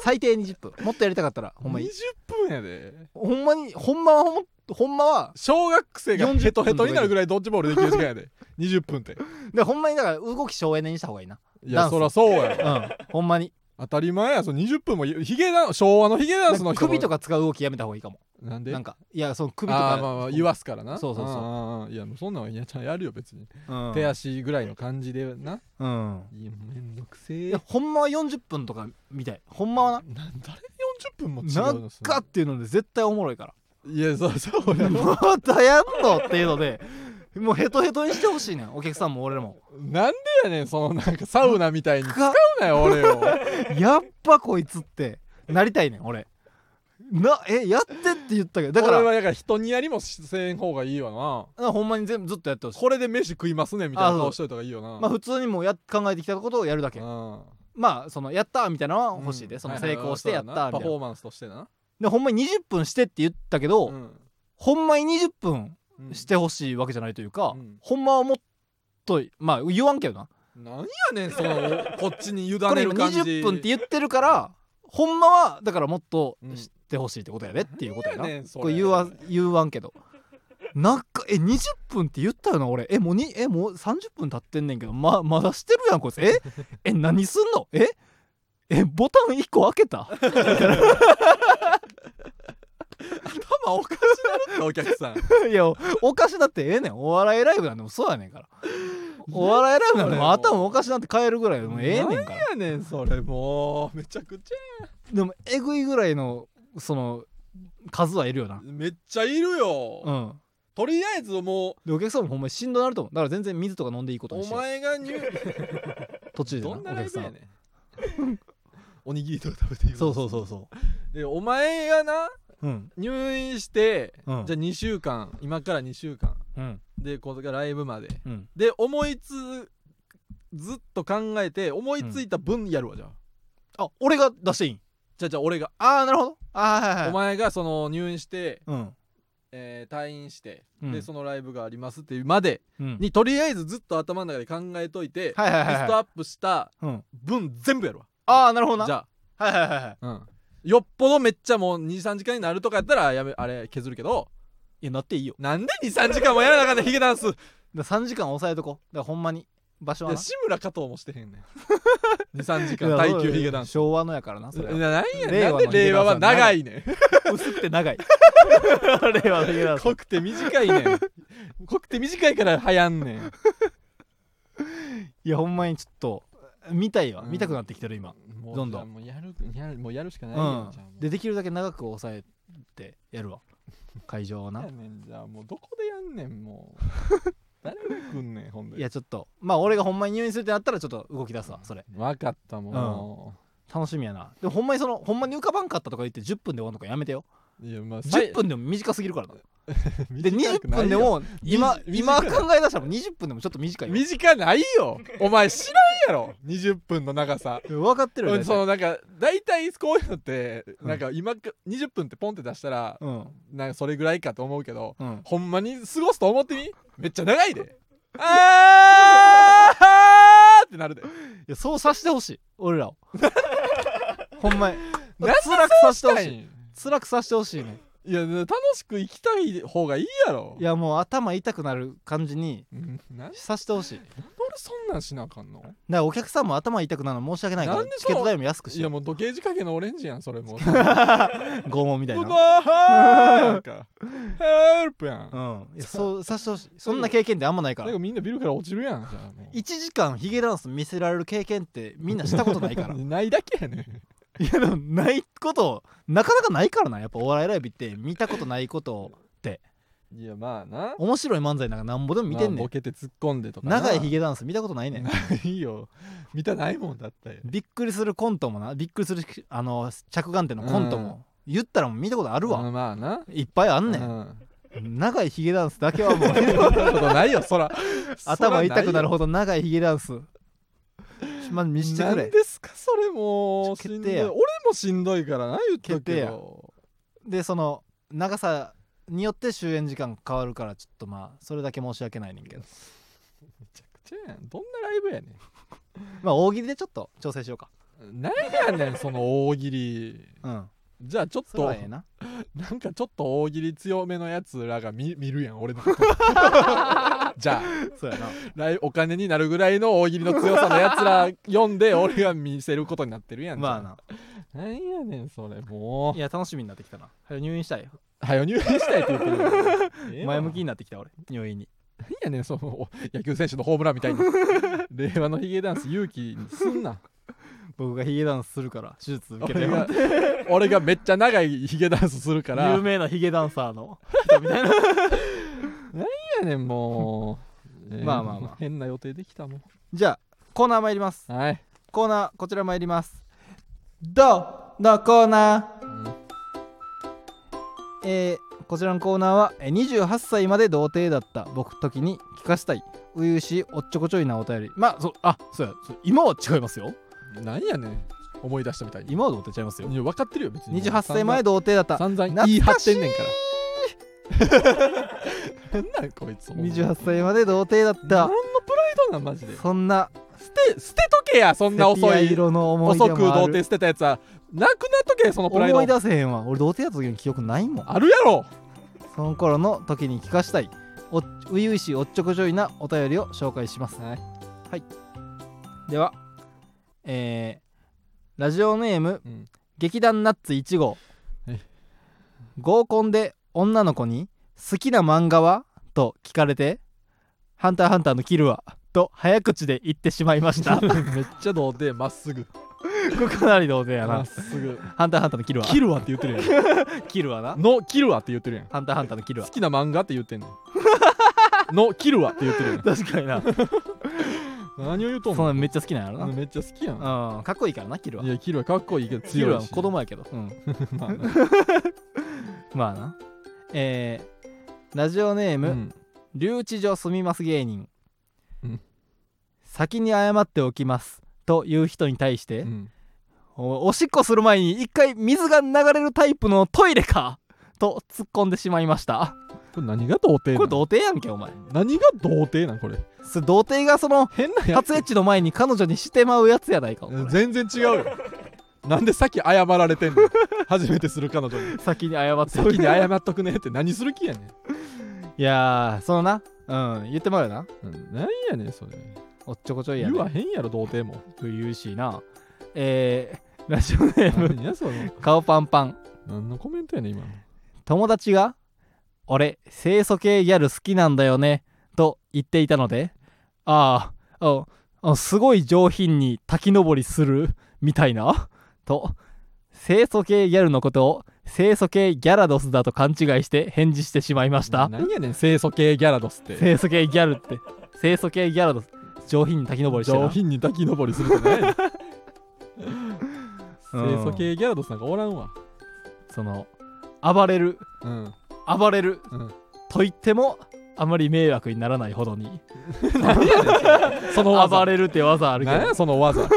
最低20分もっとやりたかったらほんま20に分やでほんまにほんまはほんほんまは小学生が40ヘトヘトになるぐらいドッジボールできる時間やで 20分ってでほんまにだから動き省エネにした方がいいないうダやンスそらそうやろうんほんまに当たり前やその20分もヒゲダン昭和のヒゲダンスの人首とか使う動きやめた方がいいかもなんでなんかいやその首とかあーまあまあ言わすからなそうそうそうんんんいやもうそんなんはいやちゃんやるよ別に、うん手足ぐらいの感じでなうんいやめんどくせいえやほんまは40分とかみたいほんまはななん誰で40分も違うなのんかっていうので絶対おもろいからそんないやそうそうやろまたやんのっていうのでもうヘトヘトにしてほしいねんお客さんも俺らもなんでやねんそのなんかサウナみたいに使うなよ 俺をやっぱこいつってなりたいねん俺なえやってって言ったけどだから俺はだから人にやりもせん方がいいよななほんまに全部ずっとやってほしいこれで飯食いますねみたいあそなう顔しといた方がいいよなまあ普通にもうや考えてきたことをやるだけまあそのやったーみたいなのはうん欲しいで、そのはいは成い功してやったそうだーなパみたいフな、ォーマンスとしてなでほんまに20分してって言ったけど、うんほんまに20分うんしてほしいわけじゃないというか、うんほんまはもっとまあ言わんけどななんやねんそのこっちに委こねれる今感じ20分って言ってるからほんまはだからもっとうん知ってほしいってことやでっていうことやな、いやねんそれこれ言わ言わんけどなんかえ20分って言ったよな俺えもうにえもう30分経ってんねんけどままだしてるやんこいつええ何すんのええボタン1個開け た頭おかしなるってお客さん いやおかしだってええねんお笑いライブなんでもそうやねんからお笑いライブなんでも頭おかしなって変えるぐらいもうええねんからなんやねんそれもうめちゃくちでもえぐいぐらいのその数はいるよゃなめっちゃいるよ、うんとりあえずもでお客さんもほんまにしんどなると思うだから全然水とか飲んでいいこうとにおしてる前が入途中でどんななおライ客ブさやんねん おにぎりとか食べていいそうそうそうそでお前がなううん入院して、うんじゃあ2週間今から2週間うんでこれがライブまでうんで思いつずっと考えて思いついた分やるわじゃあ、あ俺が出していいんじゃあじゃあ俺が、ああなるほどあーはいはいお前がその入院して、うんえー退院して、うんでそのライブがありますっていうまでうんにとりあえずずっと頭の中で考えといて、はいはいはいリストアップしたうん分全部やるわああなるほどなじゃはいはいはいはいあ、うん、よっぽどめっちゃもう23時間になるとかやったらやめあれ削るけどいやなっていいよなんで23時間もやらなかったヒゲダンスだから3時間抑えとこだからほんまに場所いはやな志村加藤もしてへんね ん23時い間や耐久ヒゲダンス昭和のやからなそなれなんはや令和なのんで令和は長いねん薄くて 長い令和のヒゲダンス濃くて短いねん濃くて短いから流行んねんいやほんまにちょっと見たいわうん見たくなってきてる今も うどんどんじゃあもうやるやるもうやるしかないうやんんじゃあもうでできるだけ長く抑えてやるわ会場をななんやねんじゃあもうどこでやんねんもう 誰が来んねんほんいでやちょっとまあ俺がほんまに入院するってなったらちょっと動き出すわそれ分かったも楽しみやなでもほんまにそのほんまに浮かばんかったとか言って10分で終わるのかやめてよういやまあさい10分でも短すぎるからなで短く20ない分でよも今み今短い考え出したらもう20分でもちょっと短いよ短ないよお前知らんやろ20分の長さ分かってるようんねそのなんか大体こういうのってうんなんか今か20分ってポンって出したらうんなんかそれぐらいかと思うけどうんほんまに過ごすと思ってみめっちゃ長いであーってなるでいやそうさしてほしい俺 らをほんまになんで辛くさしてほしいい辛くさしてほしいねや楽しく生きたい方がいいやろいやもう頭痛くなる感じにうんなんさしてほしいでそんなんしなあかんのらお客さんも頭痛くなるの申し訳ないからなんでチそのケット代も安くしいやよもう時計仕掛けのオレンジやんそれもうう拷問みたい僕なははーなん かヘルプやんう、んいやそうさせてほしいそんな経験ってあんまないかなんらかみんなビルから落ちるやんじゃあもう1時間ヒゲダンス見せられる経験ってみんなしたことないからないだけやねんいやでもないことなかなかないからなやっぱお笑いライブって見たことないことをいやまあな面白い漫才なんかなんぼでも見てんまあねんボケて突っ込んでとかな長いヒゲダンス見たことないねんないよ見たないもんだってびっくりするコントもなびっくりするあの着眼点のコントも言ったらもう見たことあるうわんまあないっぱいあんねうんん長いヒゲダンスだけはもう そんなことないよそ ら頭痛くなるほほど長いヒゲダンスま見してくれですかそれもうし決んど定いや俺もしんどいからな言っとくけ決定やどでその長さによって終演時間変わるからちょっとまあそれだけ申し訳ないねんけどめちゃくちゃやんどんなライブやねまあ大喜利でちょっと調整しようかん何やねんその大喜利うんじゃあちょっそれとはええななんかちょっと大喜利強めのやつらが見見るやん俺の ことじゃあそう やな来お金になるぐらいの大喜利の強さのや つら読んで俺が見せることになってるやんまあなあなんやねんそれもいや楽しみになってきたな早入院したいようはよ入院したいって言ってるやんええわ前向きになってきた俺入院になんやねんそのお野球選手のホームランみ たいに令和のヒゲダンス勇気にすんな僕がヒゲダンスするから手術受けて俺よが俺がめっちゃ長いヒゲダンスするから有名なヒゲダンサーの人みたいなやねんもう、まあまあまあ変な予定できたもんじゃあコーナー参りますはいコーナーこちら参りますどうのコーナー、えーこちらのコーナーはえー28歳まで童貞だった僕時に聞かしたい初々しいおっちょこちょいなお便りまあそうあそうやそう今は違いますよなんやねん思い出したみたいに今は童貞ちゃいますよいや分かってるよ別に28歳前童貞だった散々懐かし言いい張ってんねんからなんなんこいつ28歳まで童貞だ何っのプライドなんマジでたそんな捨て捨てとけやそんなセピ遅アい色の思い遅出くも童あ貞る捨てたやつはなくなっとけそのプライド思い出せへんわ俺童貞だった時の記憶ないもんあるやろその頃の時に聞かしたいおっ初々しいおっちょこちょいなお便りを紹介しますはいではえーラジオネーム、うん劇団ナッツ1号はい合コンで女の子に「好きな漫画は?」と聞かれて「ハンターハンターのキルは?」と早口で言ってしまいました こ めっちゃ童貞まっすぐれかなり同然やまなっすぐ「ハンターハンターのキルは?切るわって言ってるや」キルはなんの切るわって言ってるやん「ハンターハンターのキルは好きな漫画って言ってんね んの切るわって言ってるや」ん確かにな何を言うと んそんのなめっちゃ好きなんやろめっちゃ好きやんなうんかっこいいからなキルはいやキルはかっこいいけどキル強はいし子供やけどうんま あな まあなえーラジオネーうム、ん留置所住みます芸人、うん先に謝っておきますという人に対して、うんおおしっこする前に一回水が流れるタイプのトイレかと突っ込んでしまいましたこれ何が童貞これなの童貞やんけお前何が童貞なんこれそれ童貞がその変なやつ初エッチの前に彼女にしてまうやつやないかお前全然違うよなんでさっき謝られてんの初めてする彼 女に先に謝って先おにき謝っとくねって何する気やねんいやーそのなうん言ってまうよなうん何やねんそれおっちょこちょいや言でわへんやろ童貞も言うしなえー、ラジオネーム何やその顔パンパン何のコメントやねん今の友達が「俺清楚系ギャル好きなんだよね」と言っていたので「ああああすごい上品に滝登りするみたいな」と清楚系ギャルのことを清楚系ギャラドスだと勘違いして返事してしまいました何やねん清楚系ギャラドスって清楚系ギャルって清楚系ギャラドス上品に滝登りして上な品に滝登りするって何やねんうん清楚系ギャラドスなんかおらんわその暴れるうん暴れる、うんと言ってもあまり迷惑にならないほどにその技暴れるって技あるけど何やその技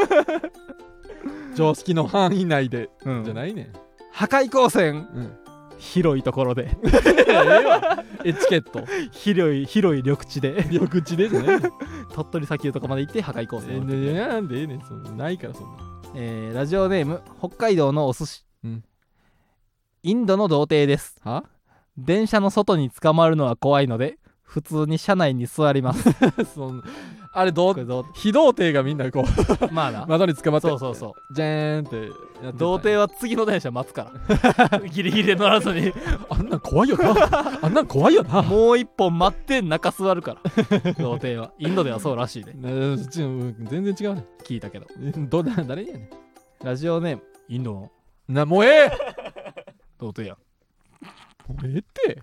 常識の範囲内でうんじゃないねん、破壊光線うん広いところで ええわエチケット広い広い緑地で 緑口でじゃないねん鳥取砂丘とかまで行って破壊光線を打ってええなんでええねんそんなないからそんな えーラジオネーム北海道のお寿司、うんインドの童貞ですは電車の外に捕まるのは怖いので普通に車内に座りますそのあれどう童非童貞がみんなこうまあ な、窓に捕まってそうそうそうじゃーんってやってう童貞は次の電車待つから ギリギリで乗らずにあんなん怖いよな あんなん怖いよなもう一本待って中座るから 童貞はインドではそうらしいねなちうん全然違うね聞いたけどどな誰やねラジオネームインドのんなもうええ童貞やんもうええって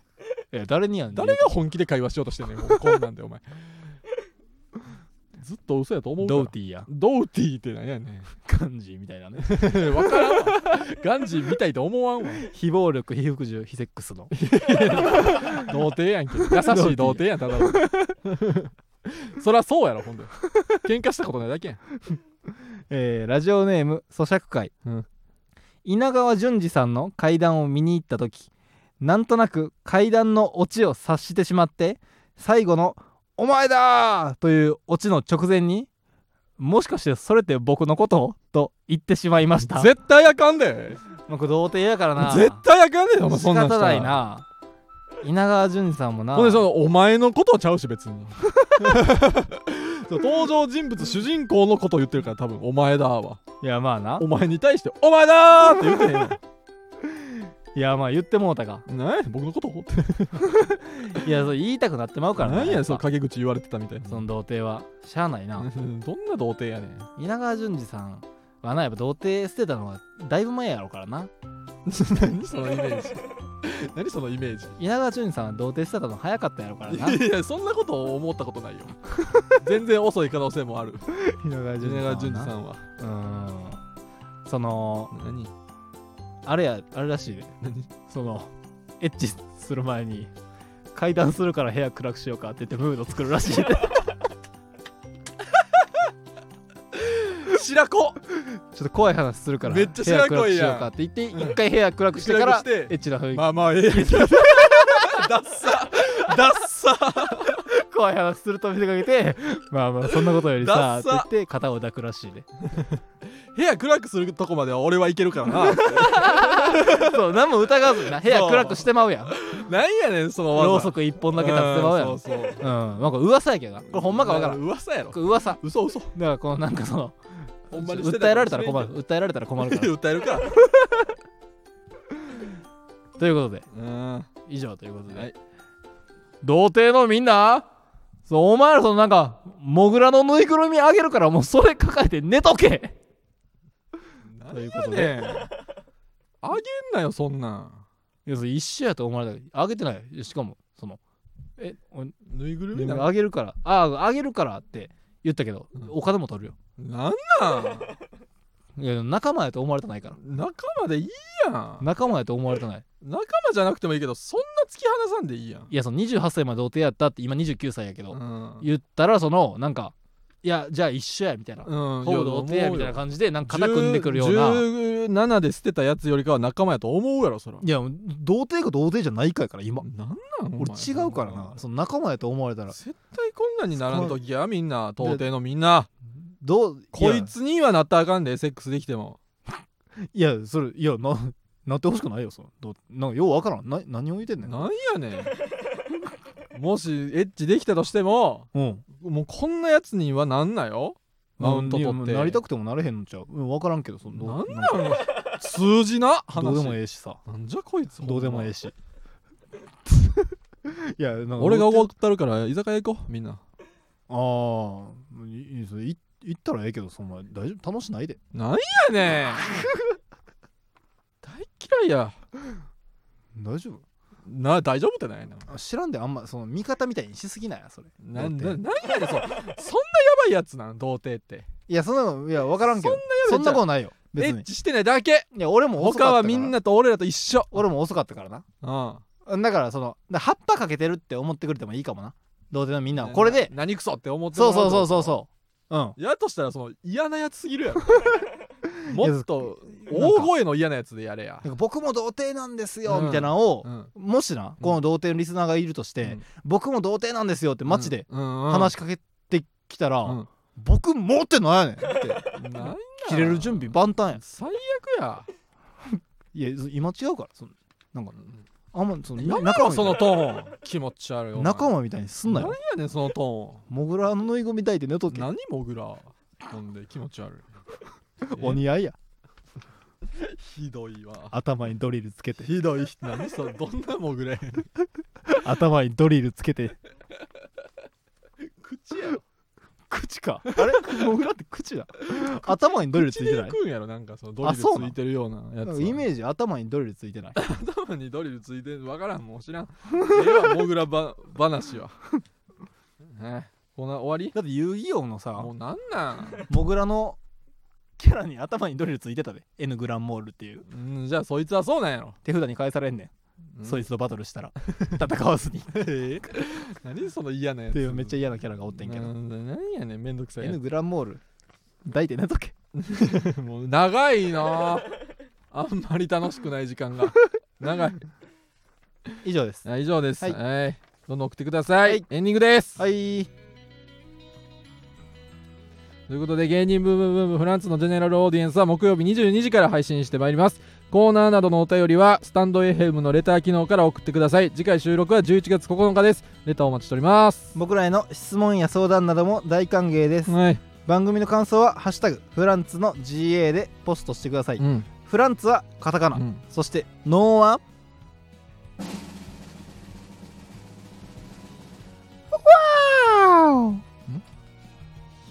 いや誰にやん誰が本気で会話しようとしてんねんもうこんなんでお前ずっと嘘やと思うからドーティーやんドーティーってなんやねんガンジーみたいなね わからんわガンジーみたいと思わんわ非暴力非服従非セックスの童貞やんけ優しい童貞やんただのそりゃそうやろほんで喧嘩したことないだけやん えーラジオネーム咀嚼会、うん稲川淳二さんの階段を見に行った時なんとなく階段のオチを察してしまって最後の「お前だ!」というオチの直前に「もしかしてそれって僕のこと?」と言ってしまいました絶対あかんでまあこれ童貞やからな絶対あかんでお前仕そんなんした方らないな稲川淳二さんもなほんでそのお前のことはちゃうし別に そう登場人物主人公のことを言ってるから多分お前だわいやまあなお前に対してお前だーって言ってへんわいやまあ言ってもうたか何や僕のことっいてやそう言いたくなってまうからな何ややっぱそう陰口言われてたみたいなその童貞はしゃあないな、うん どんな童貞やねん稲川淳二さんはなやっぱ童貞捨てたのはだいぶ前やろうからな何そのイメージ何そのイメージ稲川淳二さんは童貞捨てたの早かったやろうから ないやそんなことを思ったことないよ 全然遅い可能性もある稲川ジュネラ・ジュンジさんんははうんその何あれやあれらしいね何そのエッチする前に階段するから部屋暗くしようかって言ってムード作るらしいね白子ちょっと怖い話するからめっちゃ白部屋暗く恋しやんようかって言って一回部屋暗くしてから暗くしてエッチな雰囲気、まあまあえ えやんけダッサダッサ怖い話すると見せかけてまあまあそんなことよりさっダッてサ言って肩を抱くらしいね部屋暗くするとこまでは俺はいけるから なそう何も疑わずにな部屋そう暗くしてまうやん何やねんその技ろうそく一本だけ立ってまうやんううんそうそううんなんか噂やけどなこれほんまかわからんこ噂やろれ噂だか嘘嘘らこのなんかそのほんまにして訴えられたら困かる訴えられたら困もしるれんかけど 訴えるからということでうんは以上ということで、い童貞のみんなそうお前らそのなんかモグラのぬいぐるみあげるからもうそれ抱えて寝とけということでねえあげんなよそんなんいやそれ一緒やと思われたけどあげてないよしかもそのえおぬいぐるみなんかあげるからああげるからって言ったけど、うんお金も取るよなんなんいやでも仲間やと思われてないから仲間でいいやん仲間やと思われてない仲間じゃなくてもいいけどそんな突き放さんでいいやんいやその28歳まで童貞やったって今29歳やけど、うん言ったらそのなんかいやじゃあ一緒やみたいな、うんほぼ童貞やみたいな感じでなんか肩組んでくるようなな17で捨てたやつよりかは仲間やと思うやろそらいや童貞か童貞じゃないかやから今なんなん俺違うからなその仲間やと思われたら絶対こんなんにならんときやみんな到底のみんなどうこいつにはなったらあかんでセックスできてもいやいやそれいやななってほしくないよそのどうなんかようわからんな何を言うてんねんなんやねんもしエッチできたとしてもうんもうこんなやつにはなんなよマウント取うんっいやてなりたくてもなれへんのちゃう、うん、分からんけどそのなんかなん数字な話どうでもええしさなんじゃこいつどうでもええしし いやなんか俺がおごったるから居酒屋行こうみんなああいいそれい行ったらええけどそんな大丈夫楽しないでなんや ねん大嫌いや大丈夫な大丈夫ってなんやねんあ知らんであんまその味方みたいにしすぎないやそれな童な貞なんやねんそそんなやばいやつなん童貞っていやそんなのいや分からんけどそそんなやつんなことないよエ別ッにチしてないだけいや俺も遅かったか他らはみんなと俺らと一緒俺も遅かったからなうんだからそのだ葉っぱかけてるって思ってくれてもいいかもな童貞のみんなはこれでな何クソって思ってもそらうそうそううそうそううんとやとしたらその嫌なやつすぎ るやろもっと大声の嫌なやつでやれやなんか僕も童貞なんですようんみたいなのを、うんもしなこの童貞のリスナーがいるとして、うん僕も童貞なんですよって街で話話しかけてきたら、うん僕持ってないねんってなんや切れる準備万端や最悪やいや今違うからそのなんかあんまそのやめ仲間ろみそたのトーン気持ち悪いいお前な仲間みたいにすんな何よやねんそのトモグラのぬいぐるみ抱いて寝とーンけ何モグラなんで気持ち 悪いお似合いやえひどいわ頭にドリルつけてひどい何それどんなモグラやねん頭にドリルつけて口やろ口かあれモグラって口だ頭にドリルつ口いでてない行くんやろなんかそのドリルあつそうなんいてるようなやなんつかはイメージ頭にドリルついてない頭にドリルついてるわからんもう知らんええわモグラば話 はねこんな終わりだって遊戯王のさもうなんなんモグラのキャラに頭にドリルついてたで N グランモールっていううんじゃあそいつはそうなんやろ、手札に返されんねん、うんそいつとバトルしたら戦わずにっ 何その嫌なやつていうめっちゃ嫌なキャラがおってんけど、なん何やねんめんどくさいや N グランモール抱いて寝とけつもう 長いなああんまり楽しくない時間が 長い以上ですあ以上ですは、はいいどんどん送ってください、はいエンディングです、はいということで芸人ブームブームフランツのジェネラルオーディエンスは木曜日22時から配信してまいりますコーナーなどのお便りはスタンド FM のレター機能から送ってください次回収録は11月9日ですレターお待ちしております僕らへの質問や相談なども大歓迎です、はい、番組の感想は「ハッシュタグフランツの GA」でポストしてください、うんフランツはカタカうナ、んそしてノーはわ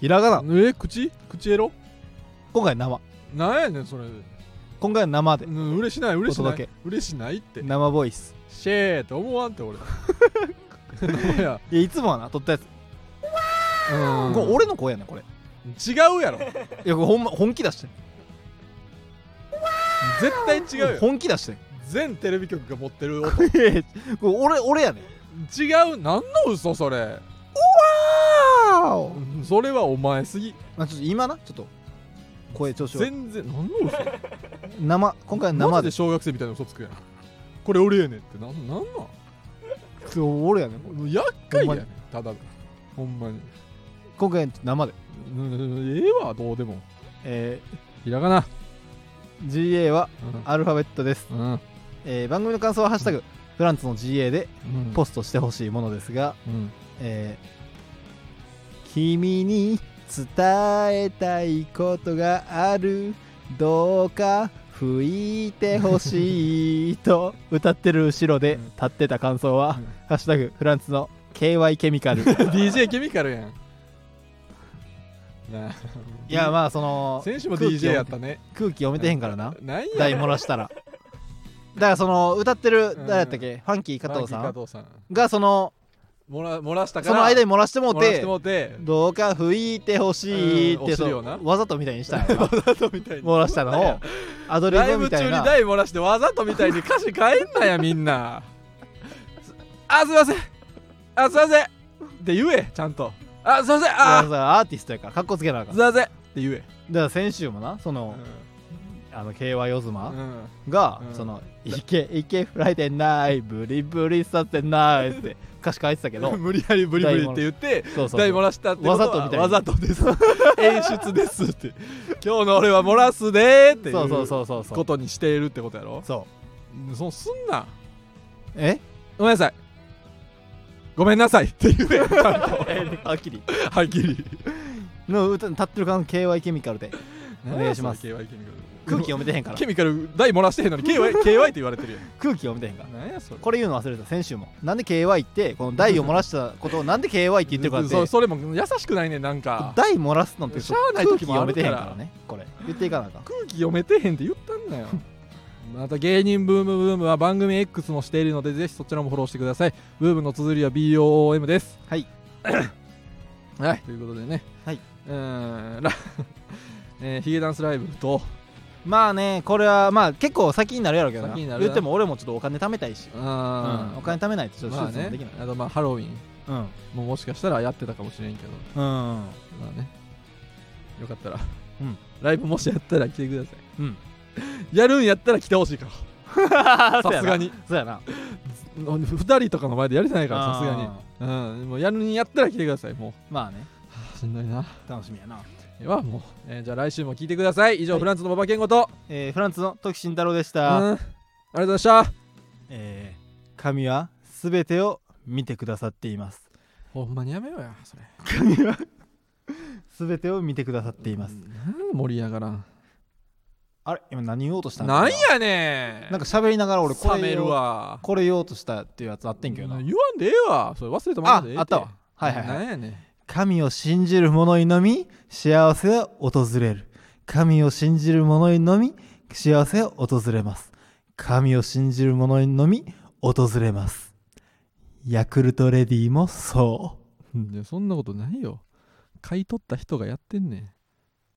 ひらがなえ口口エロ今回生なんやねんそれ今回は生でうん嬉しない嬉しおな届い嬉しないって生ボイスシェーって思わ んって俺お前やいやいつもはな撮ったやつ、うんこれ俺の声やねんこれい違うやろやこれほん、ま、本気出してん絶対違うよ本気出してん 全テレビ局が持ってる音これ俺俺やねん違う何の嘘それあうんそれはお前すぎちょっと今なちょっと声調子悪い全然何の嘘生今回はマ生ジでで小学生みたいな嘘つくやんこれ俺やねんってなんなんなん俺やねんこれもう厄ほ介やんまねんにただのほんまに今回は生でうんええわどうでもえひらがなー GA はアルファベットです、うんうんえー番組の感想は「ハッシュタグフランツの GA」でうんポストしてほしいものですが、うんえー君に伝えたいことがあるどうか吹いてほしいと歌ってる後ろでうん立ってた感想はうん「ハッシュタグフランツの KY ケミカル」 DJ ケミカルやん。なあ いやまあそ の選手も空気 DJ やったね。空気読めてへんからななんや。台漏らしたらだからその歌ってるうん誰やったっけファンキー加藤さマんキ加藤さん。がその漏ら漏らしたから。その間にに漏らしてもう漏らして てもうて。どうか吹いてほしいうんっおて尻そをなうわざとみたいにしたんやろわざとみたいに。漏らしたの をアドリライブブみた中いにな台漏らしてわざとみたいに歌詞変えんなやみんな。あすいません。あすいません。って言えちゃんと。あすいだません。からあさアーティストやからかっこつけなあかんすいだかません。って言え。ら先週もなそのあの KY ヨズうマんがうんその「いけいけフライデーナイブリブリさせない」って歌詞書いてたけどうん無理やりブリブリって言って。そうそう大そ漏うらしたってことわはざとみたいなわざとです 演出ですって今日の俺は漏らすでーっていうそうそうそうそうそうことにしているってことやろそうそうすんなえごめんなさいごめんなさいっ て言えよちゃんとあきりはっきりの歌立ってる感の KY ケミカル でお願いします何やそれ KY ケミカル空気読めてへんから ケミカル大漏らしてへんのに KY, KY って言われてるや空気読めてへんからん何やそれこれ言うの忘れた先週もなんで KY ってこの台を漏らしたことをなんで KY って言ってるかっそてそれも優しくないねなんか台漏らすのってしゃあない時も空ある気読めてからへんからねこれ言っていかなあかん空気読めてへんって言ったんだよ また芸人ブームブームは番組 X もしているのでぜひそちらもフォローしてくださいブームの綴りは BOOM ですはいはいということでねはいうーんら えーヒゲダンスライブとまあねこれはまあ結構先になるやろうけどな先になるな言っても俺もちょっとお金貯めたいし、ううんんお金貯めないとちょっとま手あ術もでねきない、あとまあハロウィンももしかしたらやってたかもしれんけどうんうんまあねよかったら、うんライブもしやったら来てくださいうん やるんやったら来てほしいからささすがにそうやな2人とかの前でやりたないからさすがにあーうん、もうやるんやったら来てください、もう。まあねしんどいな。楽しみやな、では、もう、えーじゃあ来週も聞いてください。以上、はいフランスの馬場健吾と、えーフランスの時慎太郎でしうん、た、ありがとうございました。えー神は全てを見てくださっていますほんまにやめようやそれ神は全てを見てくださっています、なん盛り上がらんあれ今何言おうとしたなんややねんなんか喋りながら俺これ冷め言るおうわこれ言おうとしたっていうやつあってんけどな言わんでええわそれ忘れてもらんでええてああったわはいはいはいなんやねん神を信じる者にのみ幸せは訪れる神を信じる者にのみ幸せは訪れます神を信じる者にのみ訪れますヤクルトレディもそういやそんなことないよ買い取った人がやってんねん